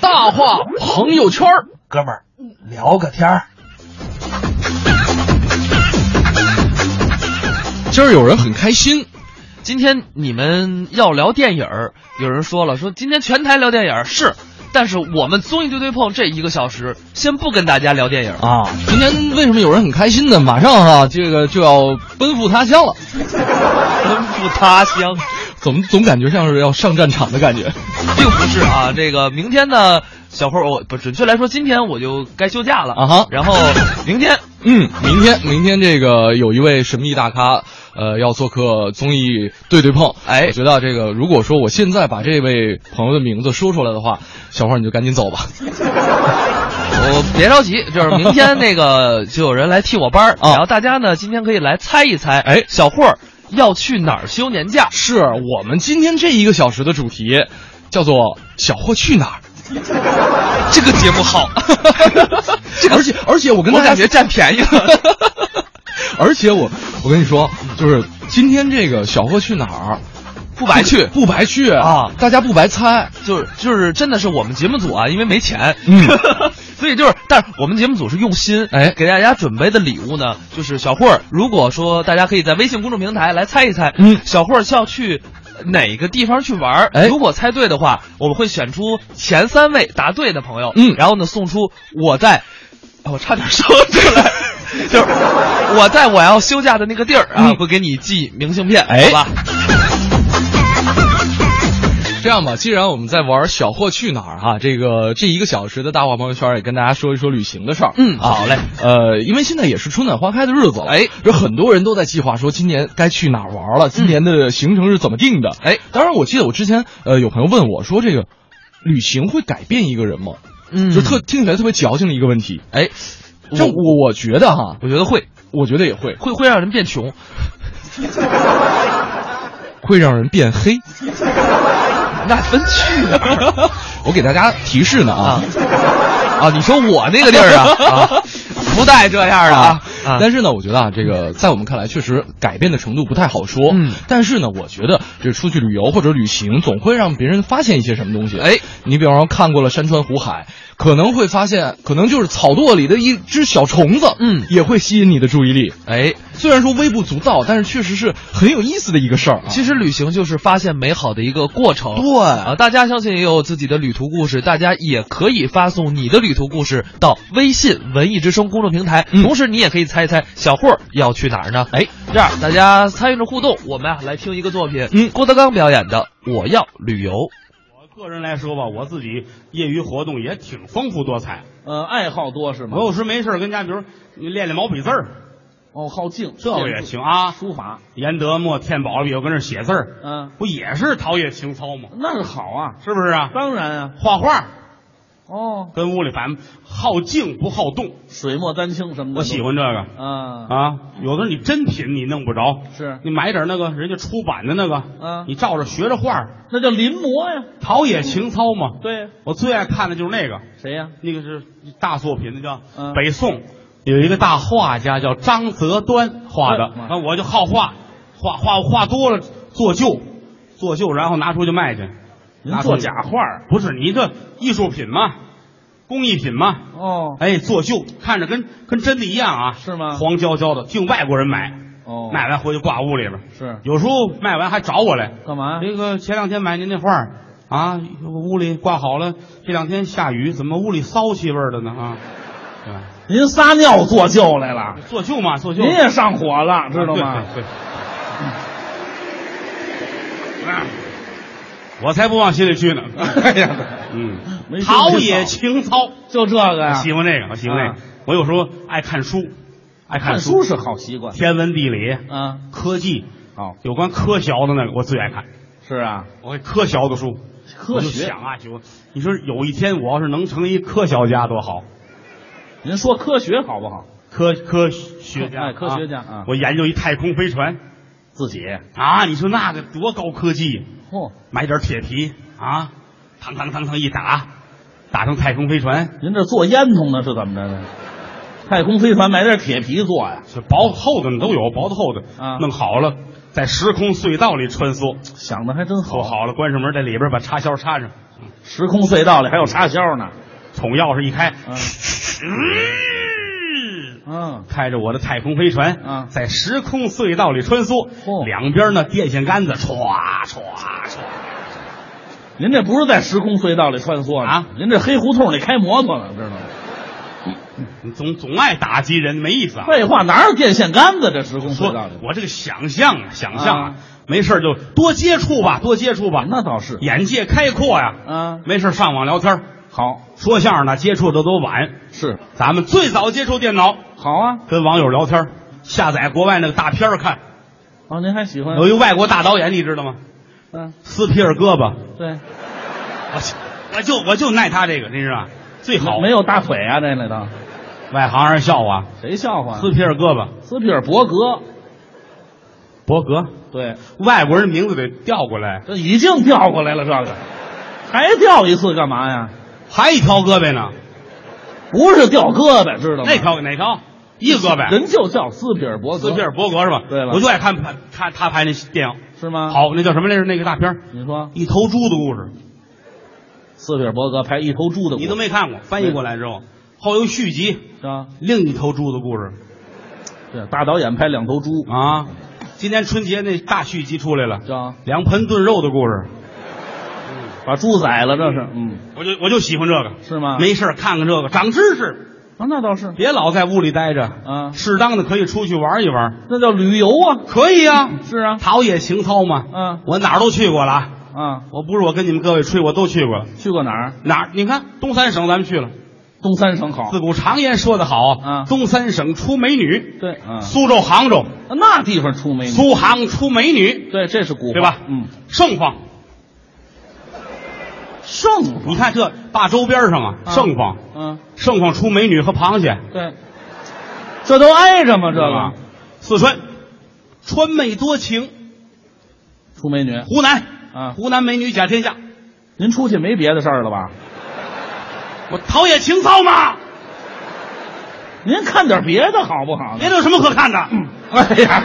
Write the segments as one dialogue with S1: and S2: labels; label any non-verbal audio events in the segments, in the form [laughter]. S1: 大话朋友圈儿
S2: 哥们儿聊个天儿。
S1: 今儿有人很开心。今天你们要聊电影儿，有人说了，说今天全台聊电影儿是，但是我们综艺对对碰这一个小时，先不跟大家聊电影儿。
S2: 啊，
S3: 今天为什么有人很开心呢？马上哈、这个就要奔赴他乡了，
S1: [laughs] 奔赴他乡，
S3: [laughs] 总总感觉像是要上战场的感觉。
S1: 并不是啊。这个明天呢，小慧儿，我不准确来说，今天我就该休假了
S3: 啊哈
S1: 然后明天
S3: [laughs] 嗯，明天明天这个有一位神秘大咖，呃，要做客综艺对对碰。
S1: 哎
S3: 我觉得啊这个如果说我现在把这位朋友的名字说出来的话，小花你就赶紧走吧。
S1: 我别着急，就是明天那个就有人来替我班儿，
S3: 啊
S1: 然后大家呢今天可以来猜一猜，
S3: 哎
S1: 小慧儿要去哪儿休年假？
S3: 是我们今天这一个小时的主题，叫做“小霍去哪儿”。 [laughs]
S1: 这个节目好，
S3: 而且而且我跟大
S1: 我
S3: 家
S1: 感觉占便宜了。
S3: [laughs] 而且我我跟你说，就是今天这个小霍去哪儿，
S1: 不白去
S3: 不白去
S1: 啊
S3: 大家不白猜。
S1: 就是就是真的是我们节目组啊，因为没钱，
S3: 嗯，
S1: [laughs] 所以就是，但是我们节目组是用心，
S3: 哎
S1: 给大家准备的礼物呢，就是小慧儿，如果说大家可以在微信公众平台来猜一猜，
S3: 嗯
S1: 小慧儿要去。哪个地方去玩儿？
S3: 哎
S1: 如果猜对的话，我们会选出前三位答对的朋友，
S3: 嗯
S1: 然后呢送出我在，啊我差点说出来， [laughs] 就是我在我要休假的那个地儿啊，
S3: 嗯
S1: 会给你寄明信片，
S3: 哎
S1: 好吧？
S3: 这样吧，既然我们在玩小霍去哪儿哈、这个这一个小时的大话朋友圈也跟大家说一说旅行的事儿。
S1: 嗯
S3: 啊
S1: 好嘞。
S3: 呃，因为现在也是春暖花开的日子了，
S1: 哎，嗯
S3: 有很多人都在计划说今年该去哪儿玩了，今年的行程是怎么定的？
S1: 哎，
S3: 当然我记得我之前呃有朋友问我说这个旅行会改变一个人吗？
S1: 嗯
S3: 就特听起来特别矫情的一个问题。
S1: 哎，
S3: 这
S1: 我
S3: 我我觉得哈，
S1: 我觉得会
S3: 我觉得也会
S1: 会会让人变穷，
S3: 会让人变黑。
S1: [laughs] 那分去哪儿？
S3: [laughs] 我给大家提示呢
S1: 啊
S3: 啊，
S1: 啊！你说我那个地 [laughs] 儿啊，啊不带这样的啊
S3: 啊。
S1: 啊
S3: 但是呢，我觉得啊，这个在我们看来，确实改变的程度不太好说。
S1: 嗯
S3: 但是呢，我觉得这出去旅游或者旅行，总会让别人发现一些什么东西。
S1: 哎，
S3: 你比方说看过了山川湖海，可能会发现，可能就是草垛里的一只小虫子，
S1: 嗯
S3: 也会吸引你的注意力。
S1: 哎，
S3: 虽然说微不足道，但是确实是很有意思的一个事儿啊。
S1: 其实旅行就是发现美好的一个过程。
S3: 对
S1: 啊，大家相信也有自己的旅途故事，大家也可以发送你的旅途故事到微信“文艺之声”公众平台。
S3: 嗯
S1: 同时，你也可以猜一猜小霍儿要去哪儿呢？
S3: 哎，
S1: 这样大家参与着互动，我们啊来听一个作品，
S3: 嗯
S1: 郭德纲表演的《我要旅游》。
S4: 我个人来说吧，我自己业余活动也挺丰富多彩。
S5: 呃，爱好多是吗
S4: 我？有时没事儿跟家，比如你练练毛笔字儿，
S5: 哦，好静，
S4: 这个也行啊。
S5: 书法，
S4: 颜德墨、天宝笔，我跟这儿写字儿，
S5: 嗯，
S4: 不也是陶冶情操吗？
S5: 那是好啊，
S4: 是不是啊？
S5: 当然啊，
S4: 画画
S5: 哦，
S4: 跟屋里反正好静不好动，
S5: 水墨丹青什么的，
S4: 我喜欢这个
S5: 啊，
S4: 啊。有的时候你真品你弄不着，
S5: 是，
S4: 你买点那个人家出版的那个，
S5: 嗯
S4: 你照着学着画儿，
S5: 那叫临摹呀，
S4: 陶冶情操嘛。
S5: 对，
S4: 我最爱看的就是那个，
S5: 谁呀？
S4: 那个是大作品，那叫、
S5: 嗯
S4: 北宋有一个大画家叫张择端画的，
S5: 嗯
S4: 啊，我就好画，画画画多了做旧，做旧然后拿出去卖去，
S5: 您
S4: 拿出
S5: 做
S4: 去
S5: 假
S4: 画儿不是你这艺术品嘛，工艺品嘛，
S5: 哦，
S4: 哎，做旧看着跟跟真的一样啊，
S5: 是吗
S4: 黄焦焦的，净外国人买，
S5: 哦，
S4: 买完回去挂屋里边儿，
S5: 是
S4: 有时候卖完还找我来，
S5: 干嘛？
S4: 那啊个前两天买您那画儿啊，屋里挂好了，这两天下雨，怎么屋里骚气味儿的呢？啊，对吧
S5: 您撒尿做旧来了，
S4: 做旧嘛，做旧，
S5: 您也上火了，知道
S4: 啊
S5: 吗？
S4: 对对对啊我才不往心里去
S5: [laughs]
S4: 呢。哎呀，嗯，
S5: 没事
S4: 陶冶情操，
S5: 就这个呀，
S4: 喜欢这个，我喜欢这
S5: 啊
S4: 个。我有时候爱看书，爱
S5: 看
S4: 书
S5: 书是好习惯，
S4: 天文地理、
S5: 啊，
S4: 科技，
S5: 好，
S4: 有关科学的那个我最爱看。
S5: 是啊，
S4: 我科学的书，
S5: 科
S4: 我就
S5: 学
S4: 想，啊，就你说有一天我要是能成一科学家多好，
S5: 您说科学好不好？
S4: 科科学家，
S5: 哎科学家啊
S4: 我研究一太空飞船
S5: 自己，
S4: 啊，你说那个多高科技，
S5: 嚯，
S4: 买点铁皮啊，嘡嘡嘡嘡一打，打成太空飞船，
S5: 您这做烟囱呢是怎么着呢？太空飞船买点铁皮做呀？
S4: 是薄厚的都有，薄的厚的，
S5: 啊
S4: 弄好了，在时空隧道里穿梭，
S5: 想的还真
S4: 做
S5: 好。
S4: 好了，关上门在里边把插销插上，
S5: 时空隧道里还有插销呢。
S4: 捅钥匙一开，
S5: 嗯
S4: 嗯
S5: 嗯，
S4: 开着我的太空飞船，
S5: 嗯
S4: 在时空隧道里穿梭，
S5: 嚯
S4: 两边呢电线杆子歘歘歘
S5: 您这不是在时空隧道里穿梭呢
S4: 啊
S5: 您这黑胡同里开摩托呢，知道吗？，
S4: 你总总爱打击人，没意思啊。
S5: 废话，哪有电线杆子？这时空隧道
S4: 说
S5: 里，
S4: 我这个想象啊，想象啊
S5: 啊，
S4: 没事儿就多接触吧，多接触吧，
S5: 那倒是
S4: 眼界开阔呀。
S5: 啊，
S4: 没事儿上网聊天儿，
S5: 好
S4: 说相声呢接触的都晚，
S5: 是
S4: 咱们最早接触电脑，
S5: 好啊。
S4: 跟网友聊天儿，下载国外那个大片儿看。
S5: 哦，您还喜欢？
S4: 有一外国大导演，你知道吗？
S5: 嗯，
S4: 斯皮尔胳膊，
S5: 对，
S4: 我就我就我就耐他这个，您知道吗？最好
S5: 没没有大腿啊，这里头
S4: 外行人笑话，
S5: 谁笑话？
S4: 斯皮尔胳膊，
S5: 斯皮尔伯格，
S4: 伯格，
S5: 对，
S4: 外国人名字得调过来，
S5: 这已经调过来了，这个还调一次干嘛呀？
S4: 还一条胳膊呢，
S5: 不是掉胳膊，知道吗？
S4: 那条哪条？一胳膊。
S5: 人就叫斯皮尔伯格，
S4: 斯皮尔伯格是吧？
S5: 对了嗯
S4: 我就爱看看看他拍那电影。
S5: 是吗？，
S4: 好，那叫什么来着？那个大片儿
S5: 你说
S4: 一头猪的故事，
S5: 斯皮尔伯格拍一头猪的故事，
S4: 你都没看过，翻译过来之后，后有续集，
S5: 是吧？
S4: 另一头猪的故事
S5: 对，大导演拍两头猪，
S4: 啊。今年春节那大续集出来了，
S5: 是吧？
S4: 两盆炖肉的故事，
S5: 把猪宰了，这是，嗯，
S4: 我就我就喜欢这个，
S5: 是吗？
S4: 没事儿看看这个，长知识，
S5: 啊，那倒是
S4: 别老在屋里待着，
S5: 啊，
S4: 适当的可以出去玩一玩，
S5: 那叫旅游啊，
S4: 可以啊。
S5: 是啊，
S4: 陶冶情操嘛，
S5: 嗯
S4: 我哪儿都去过了啊，
S5: 啊，
S4: 我不是我跟你们各位吹，我都去过了，
S5: 去过哪儿？
S4: 哪儿？你看东三省咱们去了。
S5: 东三省好，
S4: 自古常言说得好，
S5: 啊
S4: 东三省出美女，
S5: 对，啊，
S4: 苏州、杭州，
S5: 那地方出美女，
S4: 苏杭出美女，
S5: 对，这是古话
S4: 对吧
S5: 嗯，
S4: 盛况。
S5: 盛况
S4: 你看这大周边上啊，
S5: 啊
S4: 盛况，
S5: 嗯，
S4: 盛况出美女和螃蟹，
S5: 对，嗯这都挨着吗？这
S4: 啊
S5: 个
S4: 四川，川妹多情，
S5: 出美女，
S4: 湖南，
S5: 啊，
S4: 湖南美女甲天下。
S5: 您出去没别的事儿了吧？
S4: 我陶冶情操嘛，
S5: 嗯您看点别的好不好呢？
S4: 别的有什么可看的？
S5: [coughs] 哎呀，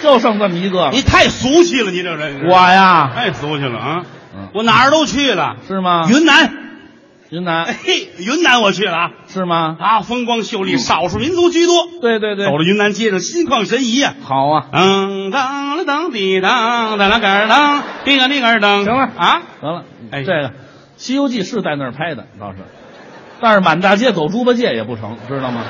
S5: 就剩这么一个了
S4: 你太俗气了，你这人
S5: 啊我呀，
S4: 太俗气了啊
S5: 嗯！
S4: 我哪儿都去了，
S5: 是吗？
S4: 云哎南，
S5: 云南
S4: 嘿，云南我去了啊
S5: 是吗？
S4: 啊，风光秀丽，少数民族居多。
S5: 对对嗯对
S4: 走，到云南街上，心旷神怡呀、
S5: 好啊，
S4: 嗯，当了当滴当，当啷个儿当，滴个滴个儿当。
S5: 行了
S4: 啊，
S5: 得了，
S4: 哎
S5: 这个《西游记》是在那儿拍的，倒是，但是满大街走猪八戒也不成，知道吗？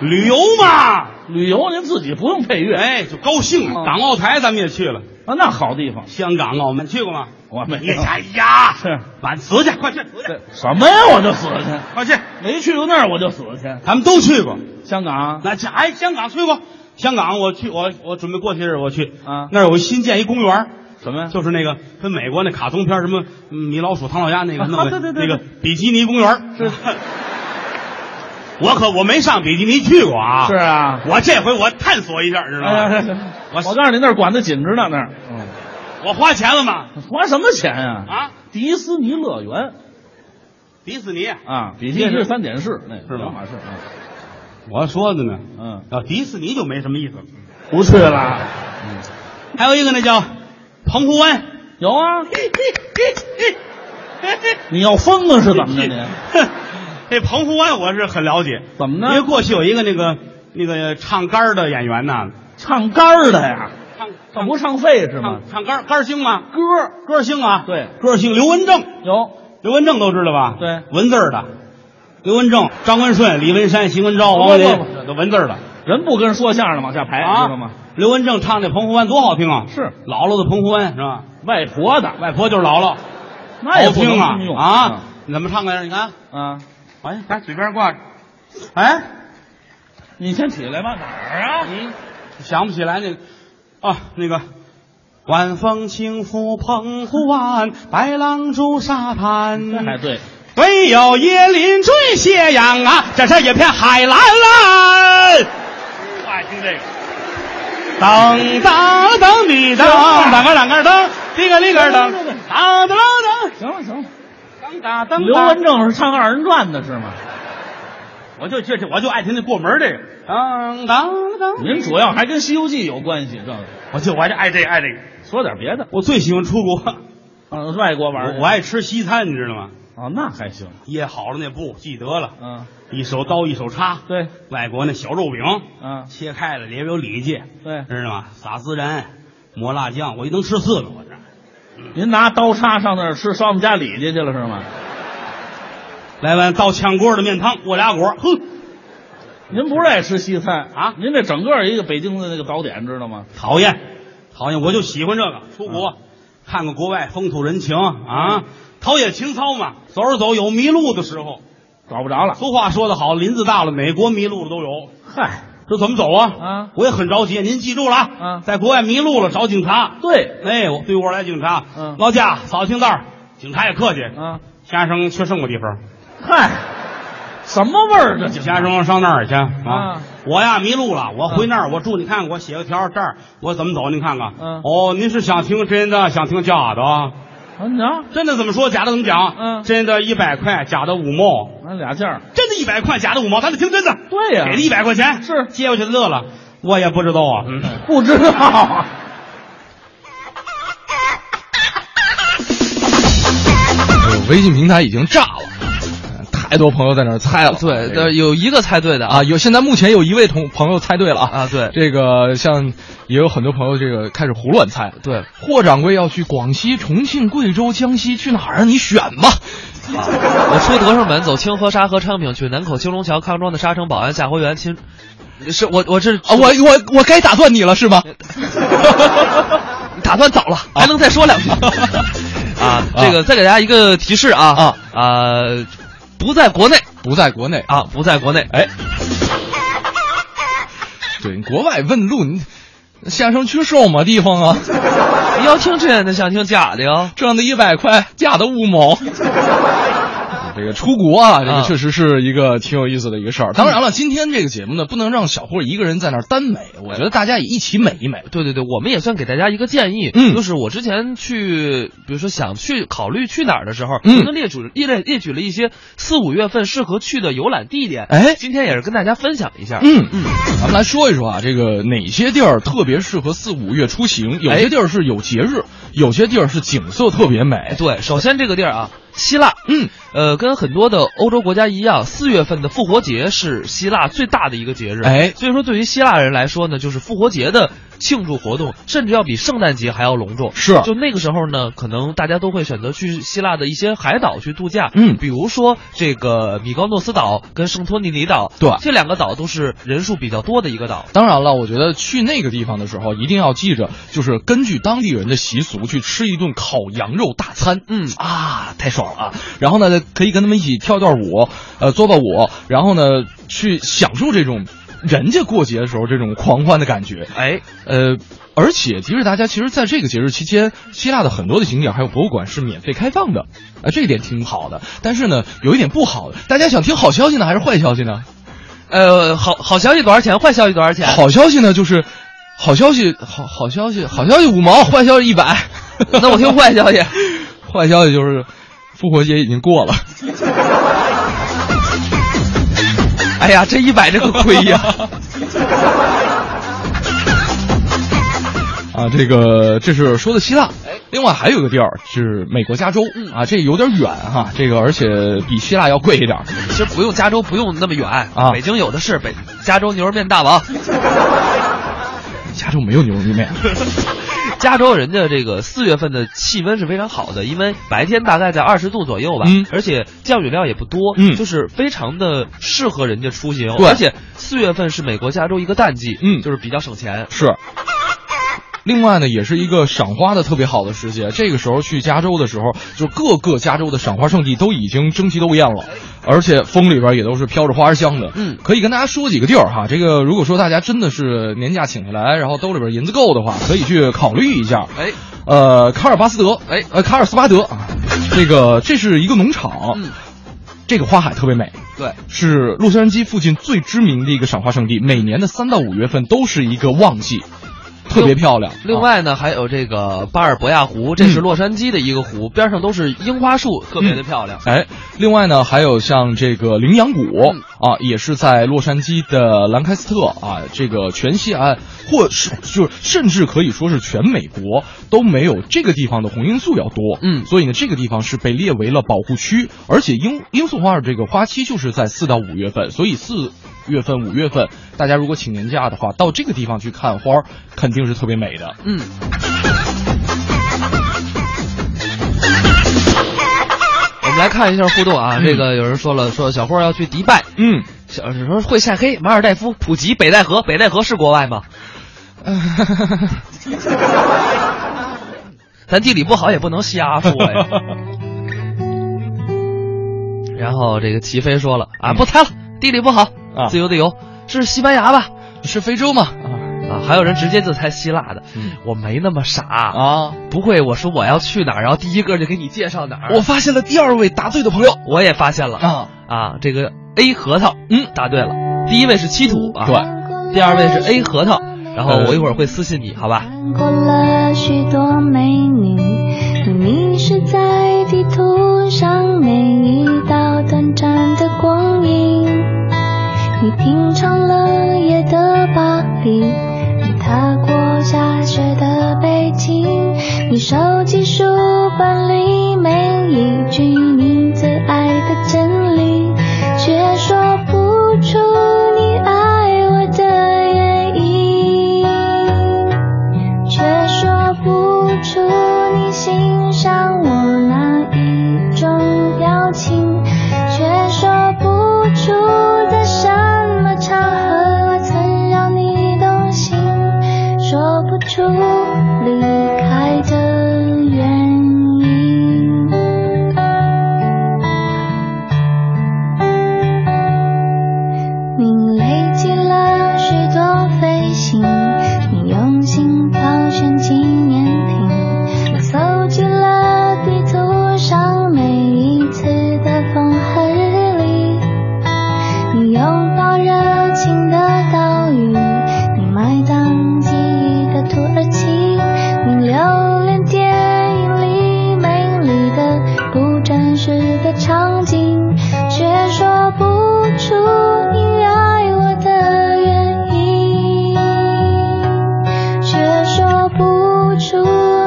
S4: 旅游嘛，
S5: 旅游您自己不用配乐，
S4: 哎，就高兴
S5: 哦
S4: 了。港澳台咱们也去了，
S5: 啊，那好地方
S4: 香港、澳门去过吗？
S5: 我没有。
S4: 哎呀，
S5: 是
S4: 满死去，快去，死去
S5: 这什么呀？我就死去，
S4: 快去，
S5: 没去过那儿我就死去。
S4: 咱们都去过。
S5: 香港
S4: 那家哎，香港去过，香港我去，我我准备过些日我去
S5: 啊
S4: 那儿有新建一公园儿。
S5: 什么呀？
S4: 就是那个跟美国那卡通片儿什么嗯米老鼠、唐老鸭那个
S5: 啊
S4: 弄的、
S5: 对对对
S4: 那个
S5: 对
S4: 比基尼公园儿
S5: 是
S4: [laughs] 我可我没上比基尼去过啊，
S5: 是啊，
S4: 我这回我探索一下，知道
S5: 哎呀，
S4: 吗？
S5: 这这
S4: 我
S5: 我告诉你，那儿管得紧着呢，那儿。嗯，
S4: 我花钱了吗？
S5: 花什么钱呀？
S4: 啊，
S5: 迪士尼乐园
S4: 迪士尼，
S5: 啊，比利时三点式那
S4: 是吗
S5: 两码事啊。
S4: 我说的呢，
S5: 嗯，
S4: 啊，迪士尼就没什么意思了。
S5: 不去了。
S4: 还有一个那叫澎湖湾，
S5: [laughs] 有啊，你要疯了
S4: [laughs]
S5: 是怎 [laughs] 么着您？
S4: 这澎湖湾我是很了解，
S5: 怎么
S4: 因为
S5: 呢？
S4: 过去有一个那个那个唱杆儿的演员呐，
S5: 唱杆儿的呀，
S4: 唱
S5: 这不唱肺是吗
S4: 唱？唱歌歌星嘛，
S5: 歌
S4: 歌星啊，
S5: 对
S4: 歌星刘文正，
S5: 有，
S4: 刘文正都知道吧？
S5: 对，
S4: 文字儿的，刘文正、张文顺、李文山、邢文昭、王文林
S5: 不不，
S4: 这文字儿的
S5: 人不跟说相声的往下排，
S4: 啊，
S5: 知道吗？？
S4: 刘文正唱那《澎湖湾》多好听啊！
S5: 是
S4: 姥姥的澎湖湾是吧？
S5: 外婆的，
S4: 外婆就是姥姥，
S5: 那也
S4: 好听啊
S5: 不能通用
S4: 啊！你怎么唱来着？你看，
S5: 啊！
S4: 哎，咱嘴边挂着，哎，
S5: 你先起来吧，哪儿啊？
S4: 想不起来那个啊，那个。晚风轻拂澎湖湾，白浪逐沙滩。
S5: 这 [laughs] 还对，
S4: 唯有椰林缀斜阳啊，这是一片海蓝蓝。
S5: 嗯
S4: 我爱听这个。噔当噔滴当，
S5: [laughs]
S4: 当个当个当，滴个滴个当，当当当
S5: 行了行了，
S4: 当当当。
S5: 刘文，正是唱二人转的是吗？
S4: 我就这这，我就爱听那过门这个。当当当，
S5: 您主要还跟《西游记》有关系，这个
S4: 我就我就爱这个爱这个。
S5: 说点别的
S4: 我最喜欢出国，
S5: 啊，外国玩意儿
S4: 我我爱吃西餐，你知道吗？
S5: 啊，那还行，
S4: 掖好了那布，记得了，
S5: 嗯，
S4: 一手刀一手叉，
S5: 对，
S4: 外国那小肉饼，
S5: 嗯，
S4: 切开了里边有里脊，
S5: 对，
S4: 知道吗？撒孜然，抹辣酱，我一能吃四个，我这
S5: 您拿刀叉上那儿吃烧我们家里脊去了是吗？
S4: 来碗倒炝锅的面汤，过俩果，哼，
S5: 您不是爱吃西餐
S4: 啊
S5: 您这整个一个北京的那个早点知道吗？
S4: 讨厌，讨厌，我就喜欢这个。出国、
S5: 嗯
S4: 看看国外风土人情啊，陶冶情操嘛。走着走，有迷路的时候。
S5: 找不着了，
S4: 俗话说得好，林子大了，美国迷路了都有。
S5: 嗨，
S4: 这怎么走啊？
S5: 啊
S4: 我也很着急。您记住了啊，
S5: 啊
S4: 在国外迷路了找警察。
S5: 对，
S4: 哎，我对我来警察，
S5: 嗯
S4: 劳驾，扫清道儿。警察也客气，
S5: 啊，
S4: 先生去什么地方？
S5: 嗨，什么味
S4: [laughs]
S5: 儿这就
S4: 先生上那儿去
S5: 啊
S4: 我呀迷路了，我回那儿，我住你看，我写个条儿这儿，我怎么走？您看看。
S5: 嗯
S4: 哦，您是想听真的，想听假的啊？
S5: 啊，你瞧，
S4: 真的怎么说？假的怎么讲？
S5: 嗯
S4: 真的一百块，假的五毛。
S5: 那俩价儿，
S4: 真的一百块，假的五毛，咱得听真的。
S5: 对呀
S4: 给了一百块钱，
S5: 是
S4: 接过去乐了。我也不知道啊，嗯，
S5: 不知道啊，
S3: 这个微信平台已经炸了，呃太多朋友在那儿猜了。
S1: 对，
S3: 这个
S1: 但有一个猜对的啊
S3: 啊，有现在目前有一位同朋友猜对了啊。
S1: 啊，对
S3: 这个像也有很多朋友这个开始胡乱猜。
S1: 对，
S3: 霍掌柜要去广西、重庆、贵州、江西，去哪儿啊？你选吧。
S1: 啊我出德胜门，走清河沙河昌平，去南口青龙桥、康庄的沙城、宝安、夏侯园、秦，是我哦我是
S3: 啊，我我我该打断你了是吗？
S1: [laughs] 打断早了，还能再说两句 [laughs] 啊？这个再给大家一个提示啊
S3: 啊
S1: 啊，不在国内
S3: 不在国内，
S1: 啊，不在国内，
S3: 哎，对，你国外问路，你下生区是什么地方啊？
S1: 你要听这样的，想听假的哟。
S3: 挣的一百块，假的五毛。 [laughs] 这个出国啊，这个
S1: 啊
S3: 确实是一个挺有意思的一个事儿。当然了，今天这个节目呢，不能让小霍一个人在那儿单美，我觉得大家也一起美一美。
S1: 对对对，我们也算给大家一个建议，
S3: 嗯
S1: 就是我之前去，比如说想去考虑去哪儿的时候，
S3: 嗯
S1: 我们列举列列列举了一些四五月份适合去的游览地点，
S3: 哎
S1: 今天也是跟大家分享一下，
S3: 嗯嗯，咱们来说一说啊，这个哪些地儿特别适合四五月出行？有些地儿是有节日，有些地儿是景色特别美。
S1: 对，首先这个地儿啊，希腊，
S3: 嗯，
S1: 呃，跟很多的欧洲国家一样，四月份的复活节是希腊最大的一个节日，
S3: 哎
S1: 所以说对于希腊人来说呢，就是复活节的庆祝活动，甚至要比圣诞节还要隆重。
S3: 是
S1: 就那个时候呢，可能大家都会选择去希腊的一些海岛去度假，
S3: 嗯
S1: 比如说这个米高诺斯岛跟圣托里尼岛，
S3: 对
S1: 这两个岛都是人数比较多的一个岛。
S3: 当然了，我觉得去那个地方的时候，一定要记着，就是根据当地人的习俗去吃一顿烤羊肉大餐。
S1: 嗯
S3: 啊，太爽了啊！然后呢，可以跟他们一起跳段舞，呃，做做舞，然后呢，去享受这种人家过节的时候这种狂欢的感觉。
S1: 哎，
S3: 呃，而且提示大家，其实在这个节日期间，希腊的很多的景点还有博物馆是免费开放的，啊、这一点挺好的。但是呢，有一点不好的，大家想听好消息呢，还是坏消息呢？
S1: 呃，好好消息多少钱？坏消息多少钱？
S3: [laughs] 好消息呢，就是好消息，好好消息，好消息五毛，坏消息一百。
S1: [laughs] 那我听坏消息。
S3: 坏消息就是复活节已经过了。
S1: [laughs] 哎呀，这一百 [laughs] 这个亏呀！
S3: [laughs] 啊，这个这是说的希腊，
S1: 哎
S3: 另外还有一个地儿是美国加州，
S1: 嗯
S3: 啊，这有点远哈、这个而且比希腊要贵一点儿。
S1: 其实不用加州，不用那么远
S3: 啊
S1: 北京有的是北加州牛肉面大王。
S3: 加州没有牛肉面，
S1: 加州人家这个四月份的气温是非常好的，因为白天大概在二十度左右吧，
S3: 嗯
S1: 而且降雨量也不多，
S3: 嗯
S1: 就是非常的适合人家出行。
S3: 对
S1: 而且四月份是美国加州一个淡季，
S3: 嗯
S1: 就是比较省钱。
S3: 是。另外呢，也是一个赏花的特别好的时节。这个时候去加州的时候，就各个加州的赏花圣地都已经争奇斗艳了，而且风里边也都是飘着花香的。
S1: 嗯
S3: 可以跟大家说几个地儿哈。这个如果说大家真的是年假请下来，然后兜里边银子够的话，可以去考虑一下。
S1: 哎，
S3: 呃，卡尔巴斯德，哎，呃，卡尔斯巴德啊，这个这是一个农场，
S1: 嗯
S3: 这个花海特别美，
S1: 对，
S3: 是洛杉矶附近最知名的一个赏花圣地，每年的三到五月份都是一个旺季。特别漂亮。
S1: 另外呢，还有这个巴尔博亚湖，这是
S3: 嗯
S1: 洛杉矶的一个湖，边上都是樱花树，特别的漂亮。
S3: 哎，另外呢，还有像这个羚羊谷、
S1: 嗯
S3: 啊，也是在洛杉矶的兰开斯特啊，这个全西安，或是就是甚至可以说是全美国都没有这个地方的红罂粟要多。
S1: 嗯
S3: 所以呢，这个地方是被列为了保护区，而且罂罂粟花的这个花期就是在四到五月份，所以四月份、五月份，大家如果请年假的话，到这个地方去看花儿，肯定是特别美的。
S1: 嗯，我们来看一下互动啊，这个有人说了，说小霍要去迪拜，
S3: 嗯。
S1: 小时候会晒黑，马尔代夫、普吉、北戴河，北戴河是国外吗？ [laughs] 咱地理不好也不能瞎说呀。 [laughs] 然后这个齐飞说了啊，不猜了，地理不好
S3: 啊
S1: 自由的游是西班牙吧？是非洲吗？
S3: 啊
S1: 啊，还有人直接就猜希腊的，
S3: 嗯
S1: 我没那么傻啊，
S3: 啊！
S1: 不会，我说我要去哪儿，然后第一个就给你介绍哪儿。
S3: 我发现了第二位答对的朋友
S1: 我也发现了
S3: 啊，
S1: 啊，这个 A 核桃，嗯，答对了，第一位是七土啊，
S3: 对。呃
S1: 第二位是 A 核桃，然后我一会儿会私信你，好吧？
S6: 看过了许多美女，你是在地图上每一道短暂的光影。你品尝了夜的巴黎，你踏过下雪的北京，你收集书本里每一句你最爱的真理，却说不出你爱我的原因。却说不出你欣赏我哪一种表情，却说不出在什么场合曾让你动心，说不出离开的原因。你累积了许多飞行，你用心挑选纪念品，你搜集了地图上每一次的风和日丽，你拥抱热情的岛屿，你埋葬记忆的土耳其，你留恋电影里美丽的不真实的场景，却说不出你爱我的原因，却说不出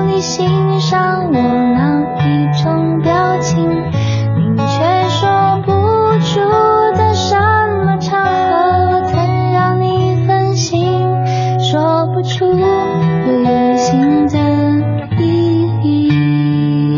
S6: 你欣赏我哪一种表情。你却说不出在什么场合曾让你分心，说不出旅行的意义。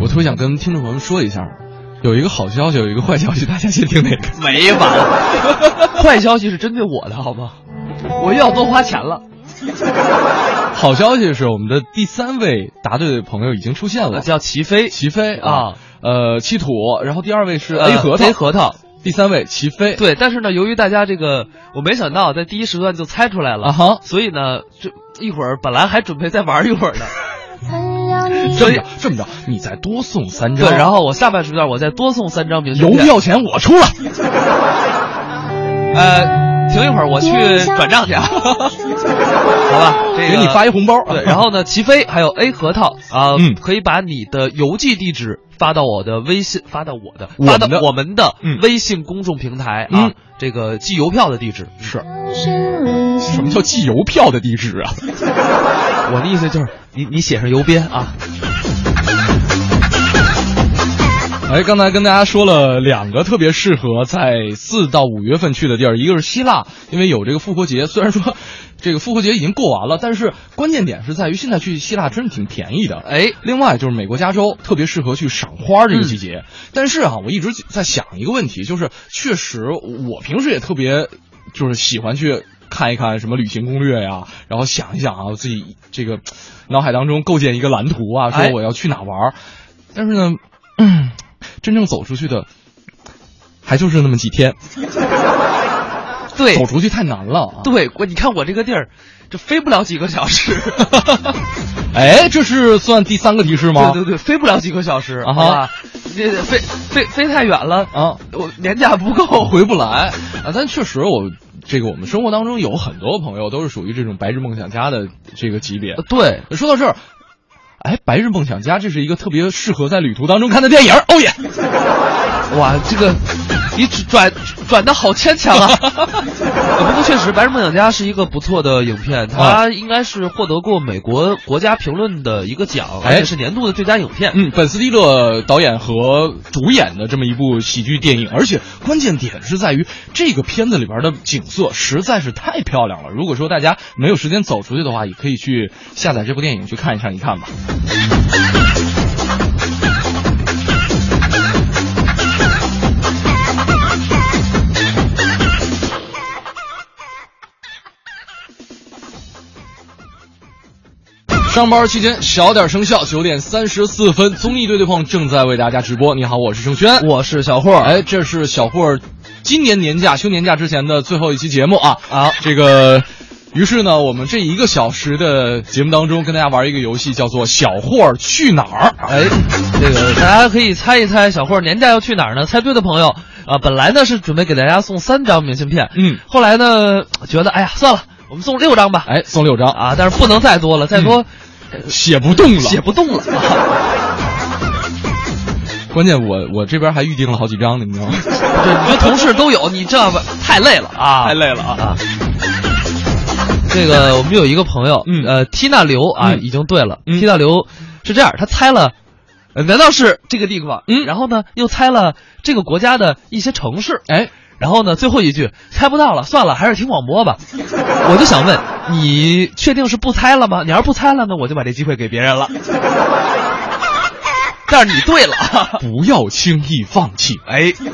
S3: 我特别想跟听众朋友们说一下，有一个好消息，有一个坏消息，大家先听哪个？
S1: 没完， [laughs] 坏消息是针对我的好吗？我又要多花钱了，
S3: 好消息是我们的第三位答对的朋友已经出现了，
S1: 啊叫齐飞
S3: 齐飞
S1: 啊
S3: 啊，呃，七土，然后第二位是
S1: 呃
S3: A 核桃
S1: A 核桃，
S3: 第三位齐飞，
S1: 对，但是呢，由于大家这个，我没想到在第一时段就猜出来了，
S3: 啊哈，
S1: 所以呢，这一会儿本来还准备再玩一会儿呢，
S6: 曾让你
S3: 这么着这么着，你再多送三张，
S1: 对，然后我下半时段我再多送三张明信
S3: 邮
S1: 片，
S3: 票钱我出了，
S1: 呃，停一会儿我去转账去啊， [laughs] 好吧，这个
S3: 给你发一红包，
S1: [laughs] 对，然后呢，齐飞还有 A 核桃啊、
S3: 嗯
S1: 可以把你的邮寄地址发到我的微信，发到我的，
S3: 我
S1: 发
S3: 们
S1: 到
S3: 的
S1: 我们的
S3: 嗯
S1: 微信公众平台、啊
S3: 嗯，
S1: 这个寄邮票的地址。
S3: 是
S6: 是
S3: [laughs]
S6: 旅
S3: 什
S6: 行
S3: 么叫寄邮票的地址啊？
S1: 我的意思就是，你你写上邮编啊，
S3: 哎，刚才跟大家说了两个特别适合在四到五月份去的地儿，一个是希腊，因为有这个复活节。虽然说这个复活节已经过完了，但是关键点是在于现在去希腊真是挺便宜的。
S1: 哎，
S3: 另外就是美国加州特别适合去赏花这个季节，但是啊，我一直在想一个问题，就是确实我平时也特别就是喜欢去看一看什么旅行攻略呀，然后想一想啊，我自己这个脑海当中构建一个蓝图啊，
S1: 哎
S3: 说我要去哪玩儿，但是呢，嗯， [clears throat] 真正走出去的，还就是那么几天。
S1: [laughs] 对
S3: 走出去太难了、啊。
S1: 哎对，我你看我这个地儿，这飞不了几个小 [laughs] 时。
S3: 哎，这是算第三个提示吗？
S1: 对对对，飞不了几个小时
S3: 啊
S1: 啊，这飞飞飞太远了
S3: 啊，
S1: 我年假不够，
S3: 回不来啊。但确实我，这个我们生活当中有很多朋友都是属于这种白日梦想家的这个级别。
S1: 对，
S3: 说到这儿，哎，白日梦想家这是一个特别适合在旅途当中看的电影。哦耶！
S1: 哇，这个你转转的好牵强
S3: [laughs]
S1: 啊！不过确实，《白日梦想家》是一个不错的影片，
S3: 啊
S1: 它应该是获得过美国国家评论的一个奖，
S3: 哎
S1: 而且是年度的最佳影片。
S3: 嗯，本斯蒂勒导演和主演的这么一部喜剧电影，而且关键点是在于这个片子里边的景色实在是太漂亮了。如果说大家没有时间走出去的话，也可以去下载这部电影去看一看一看吧。上班期间小点声效，九点三十四分，综艺对对碰正在为大家直播。你好，我是盛轩，
S1: 我是小霍，
S3: 哎，这是小霍儿今年年假休年假之前的最后一期节目啊
S1: 啊
S3: 这个。于是呢，我们这一个小时的节目当中，跟大家玩一个游戏，叫做“小霍儿去哪儿”。
S1: 哎，这个大家可以猜一猜小霍年假要去哪儿呢？猜对的朋友啊、本来呢是准备给大家送三张明信片，
S3: 嗯
S1: 后来呢觉得哎呀算了，我们送六张吧，
S3: 哎，送六张，
S1: 啊，但是不能再多了，再多、
S3: 写不动了。
S1: 写不动了。
S3: 关键我我这边还预定了好几张呢，你知道吗？
S1: 对，你说同事都有，你这不太累了啊，
S3: 太累了啊
S1: 啊。这个我们有一个朋友，
S3: 嗯
S1: 呃，缇娜刘啊，
S3: 嗯
S1: 已经对了。
S3: 嗯
S1: 缇娜刘是这样，他猜了，呃难道是这个地方？
S3: 嗯
S1: 然后呢，又猜了这个国家的一些城市。
S3: 哎，
S1: 然后呢，最后一句猜不到了，算了，还是听广播吧。我就想问，你确定是不猜了吗？你要是不猜了呢，我就把这机会给别人了。 [laughs] 但是你对了， [laughs]
S3: [laughs] 不要轻易放弃。
S1: 哎，
S3: 行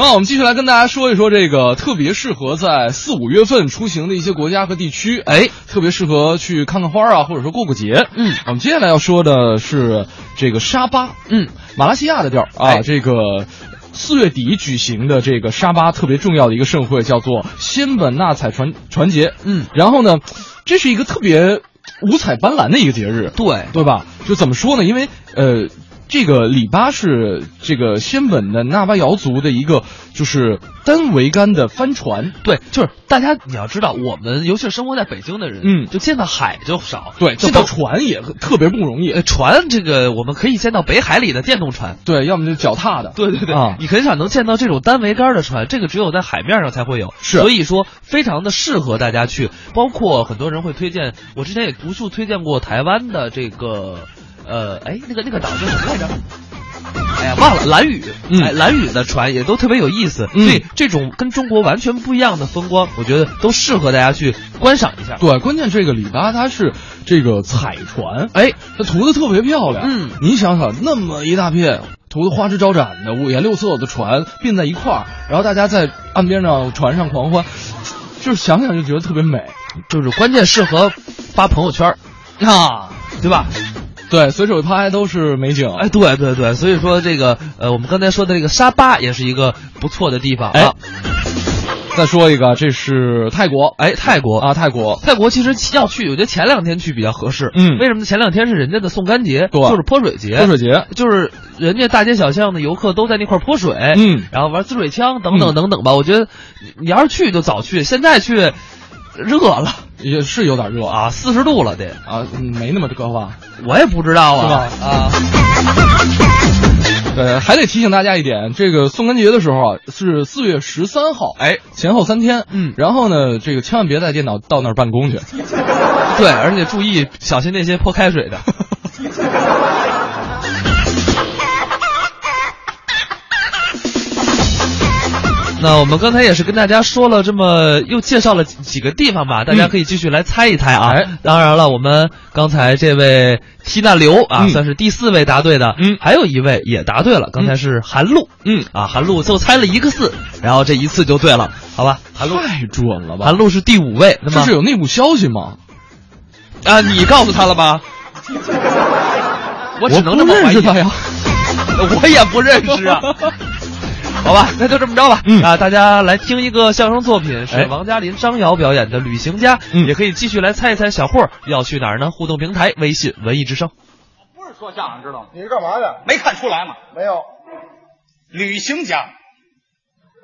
S3: 了，我们继续来跟大家说一说这个特别适合在四五月份出行的一些国家和地区，哎，特别适合去看看花啊，或者说过过节。
S1: 嗯，
S3: 我们接下来要说的是这个沙巴，
S1: 嗯，
S3: 马来西亚的地儿啊，
S1: 哎
S3: 这个。四月底举行的这个沙巴特别重要的一个盛会，叫做仙本那彩船船节。
S1: 嗯，
S3: 然后呢，这是一个特别五彩斑斓的一个节日。
S1: 对，
S3: 对吧？就怎么说呢？因为呃，这个里巴是这个仙本的纳巴瑶族的一个就是单桅杆的帆船。
S1: 对，就是大家你要知道，我们尤其是生活在北京的人，
S3: 嗯
S1: 就见到海就少，
S3: 对，
S1: 见
S3: 这
S1: 到
S3: 哎条船也特别不容易
S1: 呃。船这个我们可以见到北海里的电动船。
S3: 对，要么就脚踏的。
S1: 对对对，
S3: 啊
S1: 你很少能见到这种单桅杆的船，这个只有在海面上才会有，
S3: 是
S1: 所以说非常的适合大家去，包括很多人会推荐，我之前也无数推荐过台湾的这个，呃，哎，那个那个岛叫什么来着？哎呀，忘了蓝屿，
S3: 嗯
S1: 哎，蓝屿的船也都特别有意思，
S3: 嗯
S1: 所以这种跟中国完全不一样的风光，我觉得都适合大家去观赏一下。
S3: 对，关键这个里巴它是这个彩船，哎，它涂的特别漂亮。
S1: 嗯
S3: 你想想，那么一大片涂的花枝招展的、五颜六色的船并在一块儿，然后大家在岸边上船上狂欢，就是想想就觉得特别美。
S1: 就是关键适合发朋友圈儿，啊，对吧？
S3: 对，随手一拍都是美景。
S1: 哎，对对对，所以说这个呃，我们刚才说的这个沙巴也是一个不错的地方
S3: 哎
S1: 啊。
S3: 再说一个，这是泰国，
S1: 哎，泰国
S3: 啊，，泰国，
S1: 泰国其实要去，我觉得前两天去比较合适。
S3: 嗯
S1: 为什么呢？前两天是人家的宋干节，
S3: 对
S1: 就是泼水节，
S3: 泼水节，
S1: 就是人家大街小巷的游客都在那块儿泼水，
S3: 嗯
S1: 然后玩滋水枪等等等等吧。我觉得你你要是去就早去，现在去热了
S3: 也是有点热啊
S1: 啊，四十度了得，
S3: 啊，嗯没那么高吧？
S1: 我也不知道啊
S3: 是
S1: 啊。
S3: 呃，还得提醒大家一点，这个宋干节的时候啊，是四月十三号，哎，前后三天，
S1: 嗯
S3: 然后呢，这个千万别带电脑到那儿办公去，
S1: 对，而且注意小心那些泼开水的。 [laughs] 那我们刚才也是跟大家说了这么又介绍了几几个地方吧，大家可以继续来猜一猜啊。
S3: 嗯哎
S1: 当然了，我们刚才这位缇娜刘啊，
S3: 嗯
S1: 算是第四位答对的，
S3: 嗯
S1: 还有一位也答对了，刚才是韩露，
S3: 嗯
S1: 啊，韩露就猜了一个四，然后这一次就对了，好吧？韩露，
S3: 太准了吧
S1: 韩？露是第五位，那
S3: 这
S1: 么
S3: 是有内幕消息吗？ [laughs]
S1: 啊，你告诉他了吧？我只能这么
S3: 不
S1: 怀
S3: 认
S1: 疑呃
S3: 识他呀。
S1: 我也不认识
S3: [laughs]
S1: 啊。好吧，那就这么着吧。
S3: 嗯
S1: 啊，大家来听一个相声作品，是
S3: 哎
S1: 王嘉林、张瑶表演的《旅行家》，
S3: 嗯
S1: 也可以继续来猜一猜小霍要去哪儿呢？互动平台微信“文艺之声
S5: 不是说相声，知道吗？
S2: 你是干嘛的？
S5: 没看出来吗？
S2: 没有。
S5: 旅行家，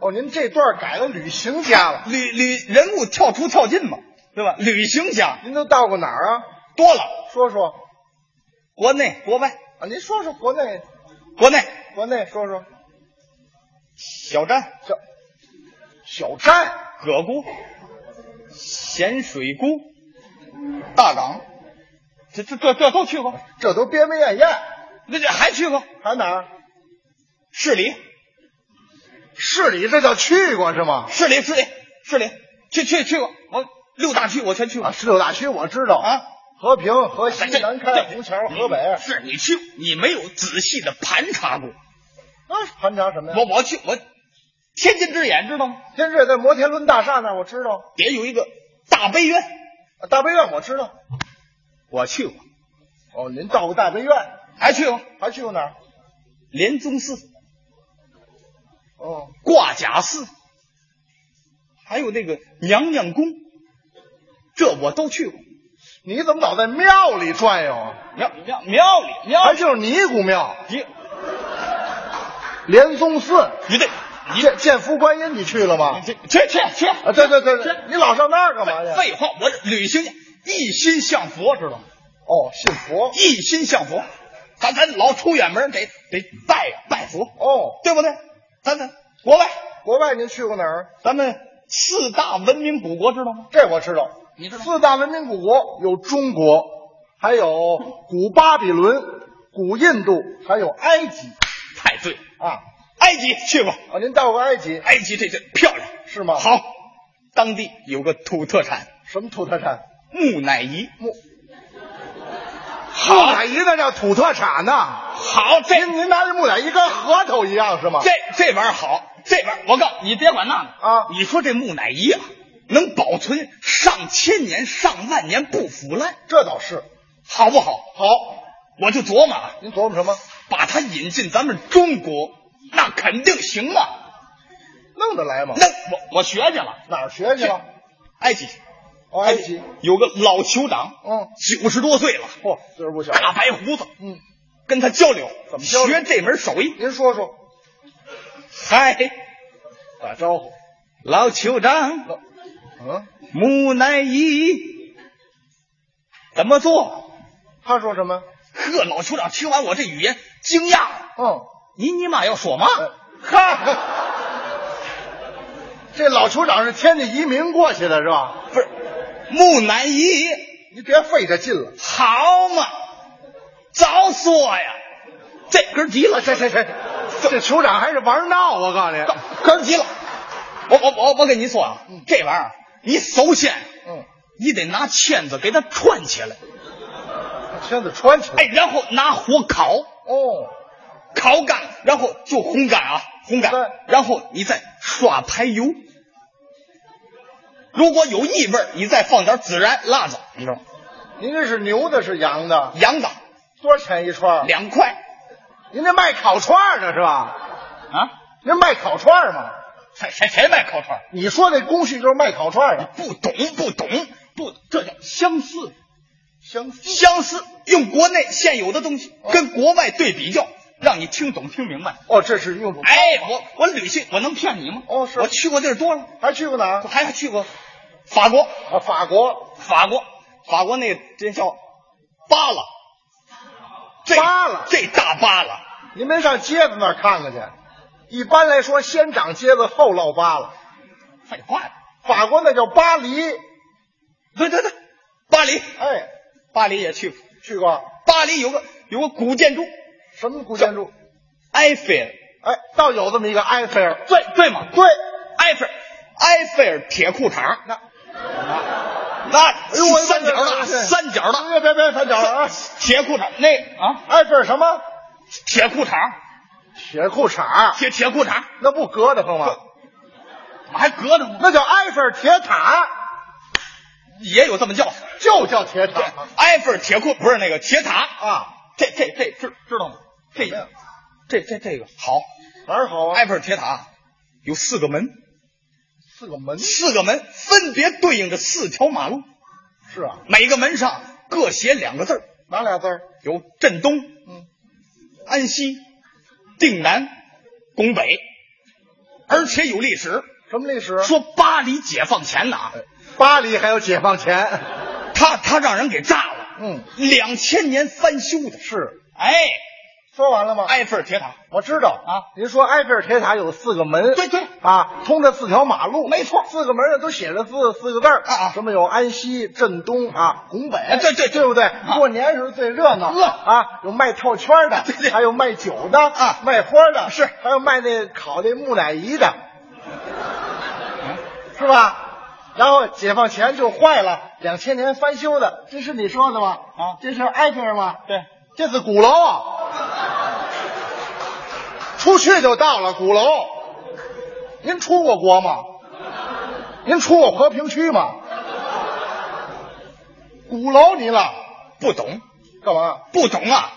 S2: 哦，您这段改了旅行家了。
S5: 旅旅人物跳出跳进嘛，对吧？旅行家
S2: 您都到过哪儿啊？
S5: 多了，
S2: 说说
S5: 国内国外，
S2: 啊，您说说国内，
S5: 国内
S2: 国内说说
S5: 小站、
S2: 小小寨、
S5: 葛沽、咸水沽、大港，这这这这都去过，
S2: 这都边边沿沿，
S5: 那这还去过
S2: 还哪儿？
S5: 市里、
S2: 市里这叫去过是吗？
S5: 市里、市里、市里，去去去过，我六大区我全去过
S2: 啊，十六大区我知道
S5: 啊。
S2: 和平、河西
S5: 这这、
S2: 南开、红桥、河北啊，
S5: 是你去，你没有仔细的盘查过。
S2: 啊盘查什么呀？
S5: 我我去，我天津之眼知道吗？
S2: 天这在摩天轮大厦那儿我知道，
S5: 也有一个大悲院，
S2: 啊大悲院我知道。
S5: 我去过，
S2: 哦，您到过大悲院，
S5: 还去过
S2: 还去过哪儿？
S5: 莲宗寺、
S2: 哦，
S5: 挂甲寺，还有那个娘娘宫，这我都去过。
S2: 你怎么老在庙里转悠啊？
S5: 庙庙庙里庙
S2: 还
S5: 里，
S2: 哎就是尼姑庙、
S5: 你
S2: 莲宗寺、
S5: 你得你
S2: 见见福观音，你去了吗？
S5: 这去去去，
S2: 啊，对对对对，你老上那儿干嘛去？
S5: 废话，我这旅行一心向佛，知道吗？
S2: 哦，信佛。
S5: 一心向佛，咱咱老出远门得得拜呀拜佛。
S2: 哦，
S5: 对不对？咱们国外，
S2: 国外您去过哪儿？
S5: 咱们四大文明古国知道吗？
S2: 这我知道。
S5: 你知道
S2: 四大文明古国有中国，还有古巴比伦、古印度，还有埃及
S5: 太对了，
S2: 啊。
S5: 埃及去过，
S2: 啊，您到过埃及
S5: 埃及这这漂亮，
S2: 是吗？，
S5: 好，当地有个土特产
S2: 什么土特产？
S5: 木乃伊，
S2: 木木
S5: 好
S2: 乃伊那叫土特产呐、
S5: 好这
S2: 您您拿这木乃伊跟核桃一样是吗？
S5: 这这玩意儿好，这玩意儿我告诉你，你别管那个
S2: 啊
S5: 你说这木乃伊啊，能保存上千年、上万年不腐烂，
S2: 这倒是。
S5: 好不好？好，我就琢磨啊，
S2: 您琢磨什么？
S5: 把它引进咱们中国，那肯定行啊。
S2: 弄得来吗？
S5: 那我我学去了，
S2: 哪儿学去了？
S5: 埃及，
S2: 哦，埃及。
S5: 有个老酋长，
S2: 嗯，
S5: 九十多岁了，
S2: 嚯，岁数不小。
S5: 大白胡子，
S2: 嗯，
S5: 跟他交流，
S2: 怎么交流
S5: 学这门手艺？
S2: 您说说，
S5: 嗨，
S2: 打招呼。
S5: 老酋长，
S2: 嗯，
S5: 木乃伊怎么做？
S2: 他说什么？
S5: 呵，老酋长听完我这语言，惊讶了，
S2: 嗯，
S5: 你尼玛要说嘛？
S2: [laughs] 哈，这老酋长是天津移民过去的是吧？
S5: 不是，木乃伊
S2: 你别费这劲了。
S5: 好嘛，早说呀，这根儿急了，
S2: 这这这，这酋长还是玩闹，我告
S5: 高
S2: 诉你。
S5: 高人急了。我我我我跟你说啊，这玩意儿你首先
S2: 嗯，
S5: 你得拿签子给它串起来，
S2: 圈子穿起
S5: 哎，
S2: 来。
S5: 然后拿火烤，
S2: 哦，
S5: 烤干，然后就烘干啊，烘干
S2: 对，
S5: 然后你再刷排油。如果有异味儿，你再放点孜然、辣子，你知道吗？
S2: 您这是牛的，是羊的？
S5: 羊的
S2: 多少钱一串？
S5: 两块
S2: 您这卖烤串的是吧？
S5: 啊，
S2: 您卖烤串吗？
S5: 谁谁谁卖烤串儿？嗯
S2: 你说那工序就是卖烤串的，
S5: 不懂不懂不，这叫相似
S2: 相似。
S5: 相似，用国内现有的东西跟国外对比较，让你听懂听明白。
S2: 哦，这是用
S5: 哎，我我旅行，我能骗你吗？
S2: 哦是
S5: 我去过地儿多了，
S2: 还去过哪儿
S5: 我？还去过法国，
S2: 啊，法国
S5: 法国，法国那个这叫巴拉，这
S2: 巴拉
S5: 这大巴拉，
S2: 您没上街子那儿看看去？一般来说，先长疖子，后落疤了。
S5: 废话，
S2: 法国那叫巴黎，
S5: 对对对，巴黎，
S2: 哎，
S5: 巴黎也去过，
S2: 去过
S5: 巴黎有个有个古建筑
S2: 什么古建筑？
S5: 埃菲尔，
S2: 哎，倒有这么一个埃菲尔。
S5: 对对吗？
S2: 对，
S5: 埃菲尔，埃菲尔铁裤衩，
S2: 那哎
S5: 那
S2: 我
S5: 三角的，
S2: 是哎
S5: 三角的
S2: 别别别翻脚了啊！
S5: 铁裤衩，那啊，
S2: 埃菲尔什么？
S5: 铁裤衩，
S2: 铁裤衩，
S5: 铁铁裤衩，
S2: 那不隔得慌吗？
S5: 还隔着呢。
S2: 那叫埃菲尔铁塔，
S5: 也有这么叫。
S2: 就叫铁
S5: 对
S2: 塔，
S5: 哎埃菲尔铁库不是那个铁塔，
S2: 啊。
S5: 这这这知知道吗？这
S2: 什么呀
S5: 这这这个好，
S2: 哪儿好啊？
S5: 埃菲尔铁塔有四个门，
S2: 四个门
S5: 四个门分别对应着四条马路，
S2: 是啊，
S5: 每个门上各写两个字儿
S2: 哪俩字儿？
S5: 有镇东、
S2: 嗯
S5: 安西、定南、拱北，而且有历史。
S2: 什么历史？
S5: 说巴黎解放前呢，
S2: 哎巴黎还有解放前，
S5: 他他让人给炸了。
S2: 嗯，
S5: 两千年翻修的。
S2: 是
S5: 哎，
S2: 说完了吗？，
S5: 埃菲尔铁塔，
S2: 我知道
S5: 啊。
S2: 您说埃菲尔铁塔有四个门，
S5: 对对
S2: 啊，通着四条马路，
S5: 没错
S2: 四个门上都写着字四个字儿
S5: 啊啊哎
S2: 什么有安西、镇东啊、拱北，
S5: 对对对
S2: 对不对？过年时候最热闹
S5: 热
S2: 啊，有卖跳圈的，还有卖酒的
S5: 啊
S2: 卖花的，
S5: 是
S2: 还有卖那烤那木乃伊的，
S5: 嗯
S2: 是吧？然后解放前就坏了，两千年翻修的，这是你说的吗？
S5: 啊
S2: 这是埃菲尔吗？
S5: 对，
S2: 这是鼓楼啊，出去就到了鼓楼。您出过国吗？您出过和平区吗？鼓楼你了，
S5: 不懂
S2: 干嘛？
S5: 不懂啊，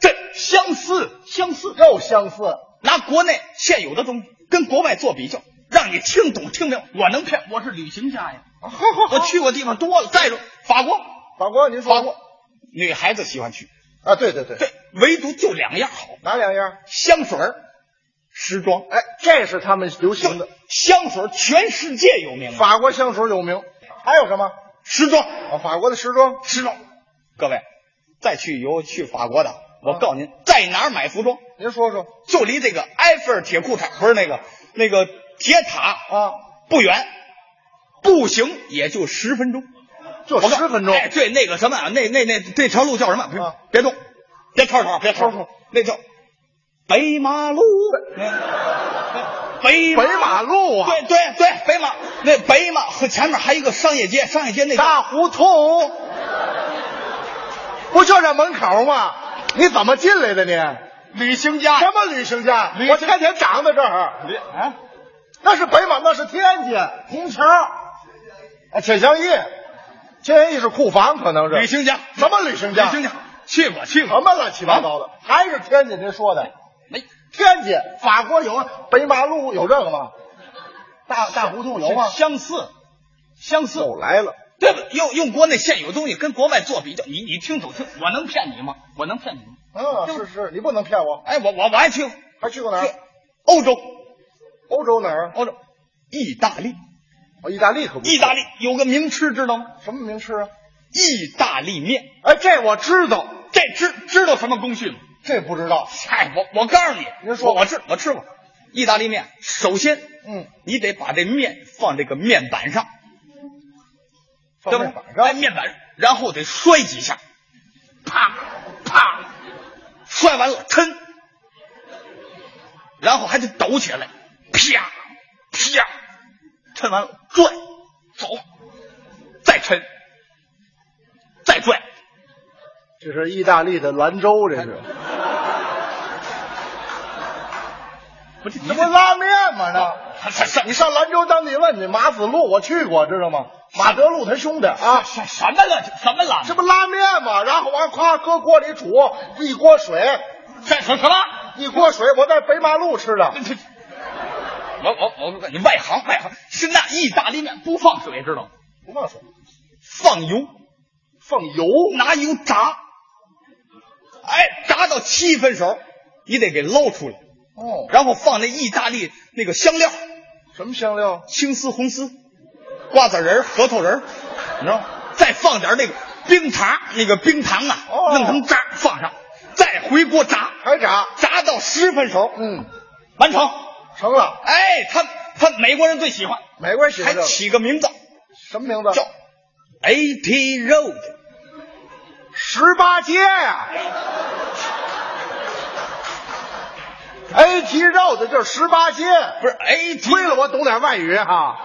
S5: 这相似相似，
S2: 又相似，
S5: 拿国内现有的东西跟国外做比较，让你听懂听明白。我能骗，我是旅行家呀，我去过地方多了。再说法国，
S2: 法国您
S5: 法
S2: 说
S5: 国女孩子喜欢去，
S2: 啊？对对对，
S5: 这唯独就两样好：
S2: 哪两样？
S5: 香水儿、时装。
S2: 哎，这是他们流行的
S5: 就。香水儿全世界有名啊，
S2: 法国香水有名，还有什么？
S5: 时装
S2: 啊，法国的时装
S5: 时装。各位，再去有去法国的，我告诉您，在哪儿买服装，
S2: 您说说
S5: 就离这个埃菲尔铁裤衩不是那个那个铁塔
S2: 啊，
S5: 不远，步行也就十分钟。
S2: 就
S5: 我告
S2: 十分钟。
S5: 哎，对，那个什么啊，那那那这条路叫什么？别、
S2: 啊
S5: 别动，别吵吵，别吵
S2: 吵吵，
S5: 那叫北马路。哎北
S2: 北马路啊
S5: 对对对，北马那北马和前面还有一个商业街，商业街那
S2: 大胡同，不就在门口吗？你怎么进来的你？
S5: 旅行家
S2: 什么旅行家？
S5: 旅行
S2: 我天天长在这儿。
S5: 啊，
S2: 那是北马，那是天津、红桥、啊铁匠驿。铁匠驿是库房，可能是
S5: 旅行家
S2: 什么旅行
S5: 旅
S2: 家？
S5: 行家去过去啊哎
S2: 什
S5: 过，
S2: 么乱七八糟的？还是天津您说的？
S5: 没
S2: 天津、法国有啊北马路有这个吗？大大胡同有吗？
S5: 相似相似，
S2: 又来了，
S5: 对吧？用用国内现有东西跟国外做比较，你你听懂听？我能骗你吗？我能骗你吗？
S2: 嗯，是是，你不能骗我。
S5: 哎，我我我还去过
S2: 还去过哪儿
S5: 去？欧洲
S2: 欧洲哪儿？啊
S5: 欧洲，意大利
S2: 哦，意大利可不错。
S5: 意大利有个名吃知道吗？
S2: 什么名吃啊？
S5: 意大利面，
S2: 哎，这我知道，
S5: 这知知道什么工序吗？
S2: 这不知道。
S5: 哎，我我告诉你，
S2: 您说
S5: 我我吃我吃过意大利面，首先
S2: 嗯，
S5: 你得把这面放这个面板上。
S2: 放
S5: 对
S2: 面
S5: 吧
S2: 板上
S5: 哎，面板，然后得摔几下，啪啪，摔完了抻，然后还得抖起来，啪啪，抻完了转，走，再抻，再转，
S2: 这是意大利的兰州，这是。
S5: [laughs] 不是你
S2: 这不拉面吗？这。
S5: 他什什
S2: 你上兰州当地问去，马子路我去过，知道吗？马德路他兄弟啊，
S5: 什什么了什么了？
S2: 这不拉面吗？然后完夸搁锅里煮一锅水，
S5: 这什什么？
S2: 一锅水，我在北马路吃的。
S5: 这这我我我，你外行外行，是那意大利面不放水知道吗？
S2: 不放水，
S5: 放油。
S2: 放油。
S5: 拿油炸，哎，炸到七分熟，你得给捞出来，
S2: 哦，
S5: 然后放那意大利那个香料，
S2: 什么香料？
S5: 青丝、红丝、瓜子仁儿、核桃仁儿，你知道吗？再放点那个冰糖，那个冰糖啊，
S2: 哦
S5: 弄成渣放上，再回锅炸，
S2: 还炸？
S5: 炸到十分熟，
S2: 嗯，
S5: 完成。
S2: 成了。
S5: 哎，他他美国人最喜欢，
S2: 美国人喜欢
S5: 还
S2: 这个
S5: 起个名字
S2: 什么名字？
S5: 叫 AT Road，
S2: 十八街呀、a t 肉的就是十八街，
S5: 不是 AT，
S2: 亏了我懂点外语哈。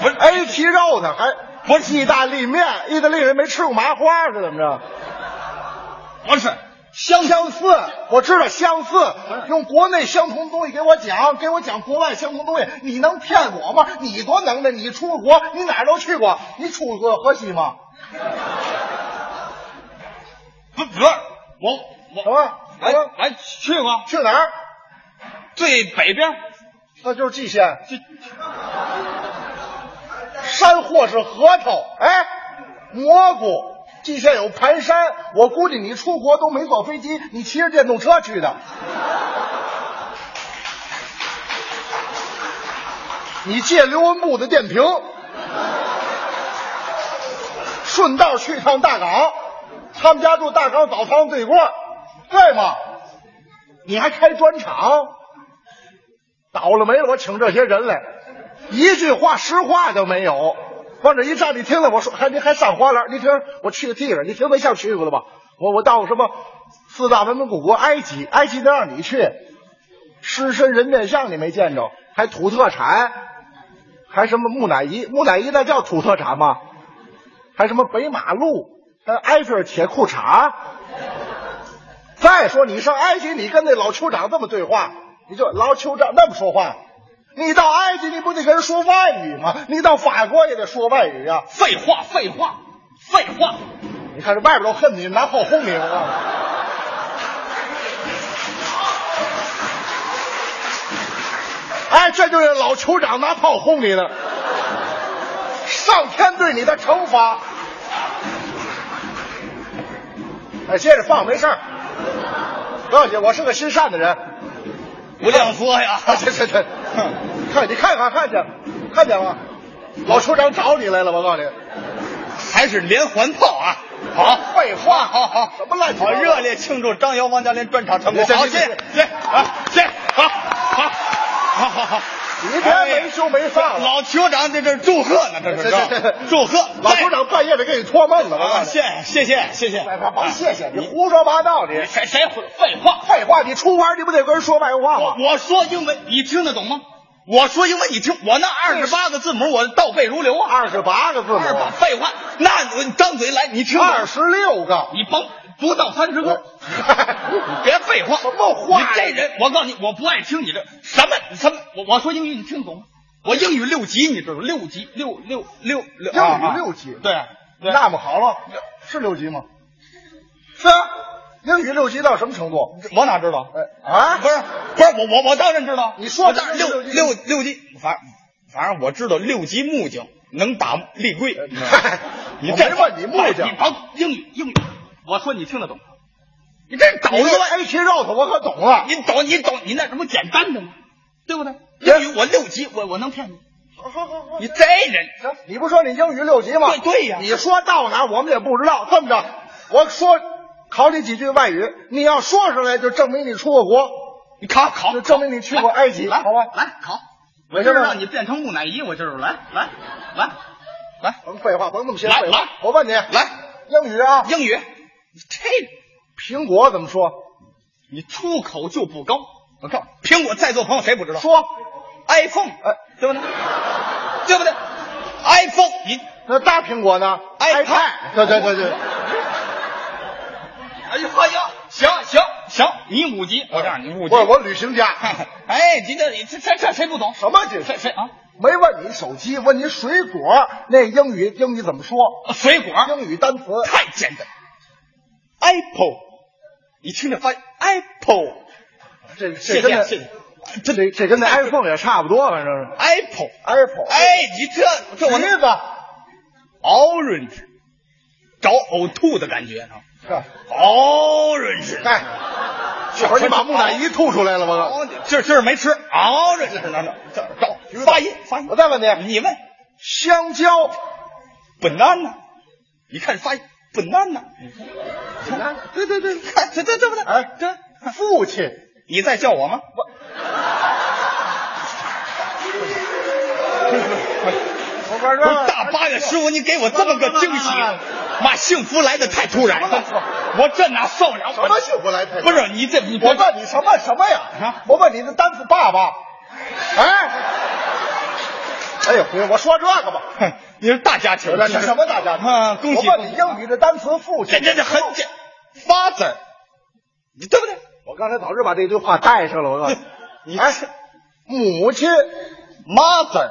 S5: 不是
S2: AT 肉的还
S5: 不是
S2: 意大利面，意大利人没吃过麻花是怎么着？
S5: 不是香
S2: 相似，我知道相似，用国内相同东西给我讲，给我讲国外相同东西，你能骗我吗？你多能耐，你出国，你哪儿都去过，你出过河西吗？
S5: 不不是我我
S2: 什么？
S7: 哎哎，去过
S2: 去哪儿？
S7: 最北边，
S2: 那就是蓟县。山货是核桃，哎，蘑菇。蓟县有盘山，我估计你出国都没坐飞机，你骑着电动车去的。你借刘文步的电瓶，顺道去趟大港，他们家住大港澡堂对过，对吗？你还开砖厂，倒了霉了！我请这些人来，一句话实话都没有，往这一站，你听了我说，还您还上花篮？你听我去个地方，你听没像去过了吧？我我到什么四大文明古国埃及，埃及能让你去？狮身人面像你没见着，还土特产，还什么木乃伊？木乃伊那叫土特产吗？还什么北马路？还埃菲尔铁裤衩？再说你上埃及，你跟那老酋长这么对话，你就老酋长那么说话。你到埃及，你不得跟人说外语吗？你到法国也得说外语啊！
S7: 废话，废话，废话！
S2: 你看这外边都恨你，拿炮轰你！啊我告诉你。哎，这就是老酋长拿炮轰你的，上天对你的惩罚。哎，接着放，没事儿，不要紧，我是个心善的人。
S7: 不亮说呀，
S2: 啊，这这
S7: [laughs]
S2: 这，哼看你看看看见，看见了，老酋长找你来了，我告诉你。
S7: 还是连环炮啊！好，
S2: 废话
S7: 好好，
S2: 什么啊乱七八
S7: 好
S2: 糟
S7: 热烈庆祝张瑶、王嘉林专场成功！
S2: 这
S7: 好，
S2: 这
S7: 谢谢，谢谢，啊，谢谢，好，好，好，好，好。
S2: 你别没羞没臊了
S7: 老酋长在这儿祝贺呢，这是
S2: 这这这
S7: 祝贺，
S2: 老酋长半夜得给你托梦呢，我告
S7: 啊，
S2: 诉
S7: 谢
S2: 你。
S7: 谢谢谢谢，
S2: 哎，甭谢谢，你胡说八道，你
S7: 谁谁会废话？
S2: 废话，你出门你不得跟人说外话吗？
S7: 我我说英文，你听得懂吗？我说英文，你听我那二十八个字母，我倒背如流啊！
S2: 二十八个字
S7: 二十八，
S2: 母，
S7: 废话，那你张嘴来，你听懂
S2: 二十六个。
S7: 你甭不到三十个，你 [laughs] 别废话。
S2: 什么话呀
S7: 你这人，我告诉你，我不爱听你这什么什么。我我说英语，你听懂吗？我英语六级，你知道吗六级六六六六。
S2: 英
S7: 啊
S2: 语六级，
S7: 对啊，对啊
S2: 那么好了，是六级吗？是啊，英语六级到什么程度？
S7: 我哪知道？
S2: 哎啊
S7: 不，是不是，我我我当然知道。
S2: 你说
S7: 我当然六
S2: 这是
S7: 六
S2: 六级
S7: 六级，反反正我知道六级木匠能打立柜。 [laughs]
S2: 嗨
S7: 你
S2: 呃我
S7: 这哎
S2: 没问你木匠
S7: 你甭英语英语，我说你听得懂吗？你这捣
S2: 你
S7: 乱
S2: 这。黑皮肉头我可懂了。
S7: 你懂你懂，你那什么简单的吗？对不对？英语我六级，我我能骗你？
S2: 好好好
S7: 你这人，
S2: 行，你不说你英语六级吗？
S7: 对对呀
S2: 你说到哪儿我们也不知道。这么着，我说考你几句外语，你要说出来就证明你出过国，
S7: 你考考，
S2: 就证明你去过埃及，
S7: 来
S2: 好吧？
S7: 来考，
S2: 没
S7: 我
S2: 事
S7: 就
S2: 儿
S7: 是让你变成木乃伊，我就是来来来来
S2: 甭废话，甭那么些
S7: 来
S2: 废话
S7: 来。
S2: 我问你，
S7: 来，
S2: 英语啊，
S7: 英语，你这
S2: 苹果怎么说？
S7: 你出口就不高。我告诉你，苹果在座朋友谁不知道？
S2: 说
S7: iPhone，
S2: 哎
S7: 对不对？对不对？iPhone，你
S2: 那大苹果呢
S7: iPad
S2: 对对对对，
S7: 哎呀哎呀，行行行，你五级，我让你五级。
S2: 我我旅行家，
S7: 哎，你这你这这这谁不懂？
S2: 什么这
S7: 谁谁啊？
S2: 没问你手机，问你水果那英语英语怎么说？
S7: 啊水果
S2: 英语单词
S7: 太简单，apple，你听着发音 apple，
S2: 这
S7: 谢
S2: 这跟那
S7: 谢谢谢
S2: 这这这跟那 iPhone 也差不多，反正是
S7: [laughs] ，apple，
S2: iPhone。
S7: 哎，你这这我
S2: 橘
S7: 那
S2: 子，
S7: orange，找呕吐的感觉啊
S2: 看
S7: ，orange，
S2: 哎，一会儿你把木乃伊吐出来了吗？
S7: 这这是没吃，orange，这这找发音发音
S2: 我，再问你，
S7: 你问
S2: 香蕉，
S7: banana，你看发音 banana，对对对，看这这对不对？
S2: 哎
S7: 这
S2: 父亲，
S7: 你在叫我吗？
S2: 我跟
S7: 不是哎大八月十五，你给我这么个惊喜，妈，幸福来的太突然，我这哪受了？
S2: 什
S7: 我
S2: 么幸福来太？
S7: 不是你这，你这
S2: [laughs] 我问你什么什么呀
S7: 啊？
S2: 我问你的单词爸爸。哎，哎呀，不是，我说这个吧。
S7: 哼你是大家庭，
S2: 这是什么大家庭？
S7: 啊恭喜
S2: 我问你
S7: 恭喜
S2: 英语的单词父
S7: 这
S2: 亲。
S7: 这这很简，father，你对不对？
S2: 我刚才早就把这句话带上了，我告
S7: [laughs]
S2: 诉你。哎，母亲，
S7: mother，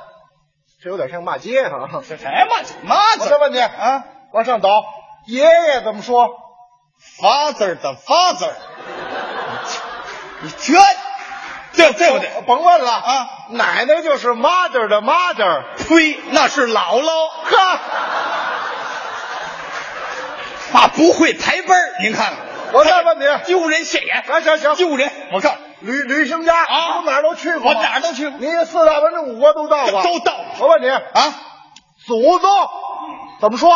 S2: 这有点像骂街哈、
S7: [laughs]
S2: 啊。
S7: 这什么
S2: [laughs] 我再
S7: mother
S2: 问你啊，往上倒，爷爷怎么说？ [laughs]
S7: father 的 father，
S5: 这这 [laughs] 对不对？
S2: 甭问了
S5: 啊
S2: 奶奶就是 mother 的 mother，
S5: 呸，那是姥姥。
S2: [laughs] 哈，
S5: 啊，不会抬班儿，您看看，
S2: 我再问你
S5: 丢人现眼。
S2: 行行行
S5: 丢人！我告诉你，
S2: 旅旅行家
S5: 啊
S2: 你哪儿都去过吗，
S5: 我哪儿都去过
S2: 你四大文明五国都到过，
S5: 都到
S2: 我问你，
S5: 啊，
S2: 祖宗怎么说？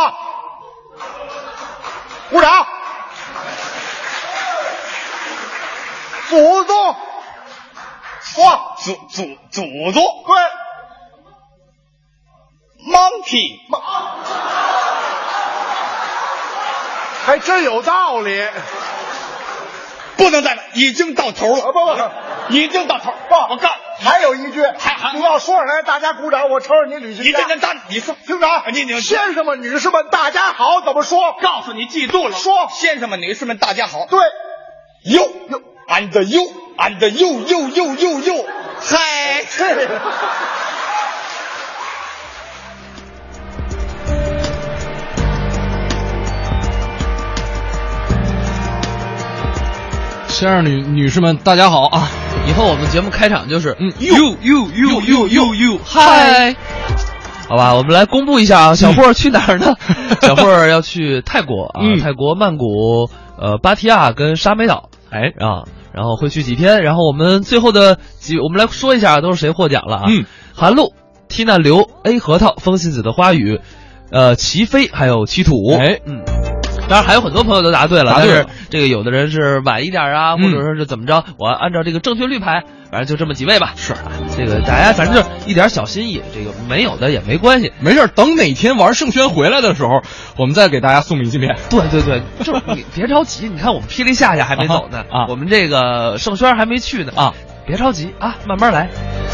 S2: 鼓掌。祖宗说
S5: 祖祖祖宗
S2: 对，
S5: ，monkey，
S2: 还真有道理。
S5: 不能再问，已经到头了，
S2: 啊不不
S5: 已经到头。
S2: 不，
S5: 我告诉
S2: 还有一句，
S5: 还还
S2: 你要说出来，大家鼓掌，我承认你旅
S5: 你，你
S2: 行
S5: 这这
S2: 家。
S5: 当你说，啊
S2: 厅长，
S5: 你你
S2: 啊先生们、女士们，大家好，怎么说？
S5: 告诉你，记住了，
S2: 说
S5: 先生们、女士们，大家好，
S2: 对，
S5: you and you and you you you you you，嗨，
S3: 先生女女士们，大家好啊！
S1: 以后我们节目开场就是
S3: 嗯
S1: ，you you you you you you，嗨，好吧，我们来公布一下啊，小霍儿去哪 [laughs] 儿呢？小霍儿要去泰国啊，
S3: 嗯
S1: 泰国曼谷、呃芭提雅跟沙美岛，
S3: 哎，
S1: 啊，然后会去几天，然后我们最后的几，我们来说一下都是谁获奖了啊？
S3: 嗯，
S1: 韩露、Tina 刘、A 核桃、风信子的花语，呃，齐飞还有七土，
S3: 哎，
S1: 嗯。当然还有很多朋友都答对了，
S3: 答对了
S1: 但是这个有的人是晚一点啊，
S3: 嗯
S1: 或者说是怎么着，我按照这个正确率排，反正就这么几位吧。是啊，这个大家反正就是一点小心意，这个没有的也没关系。
S3: 没事儿，等哪天玩圣轩回来的时候，我们再给大家送明信片。
S1: 对对 [laughs] 对，就是你别着急，你看我们霹雳夏夏还没走呢
S3: 啊啊
S1: 我们这个盛轩还没去呢
S3: 啊，
S1: 别着急啊，慢慢来。
S6: 啊啊啊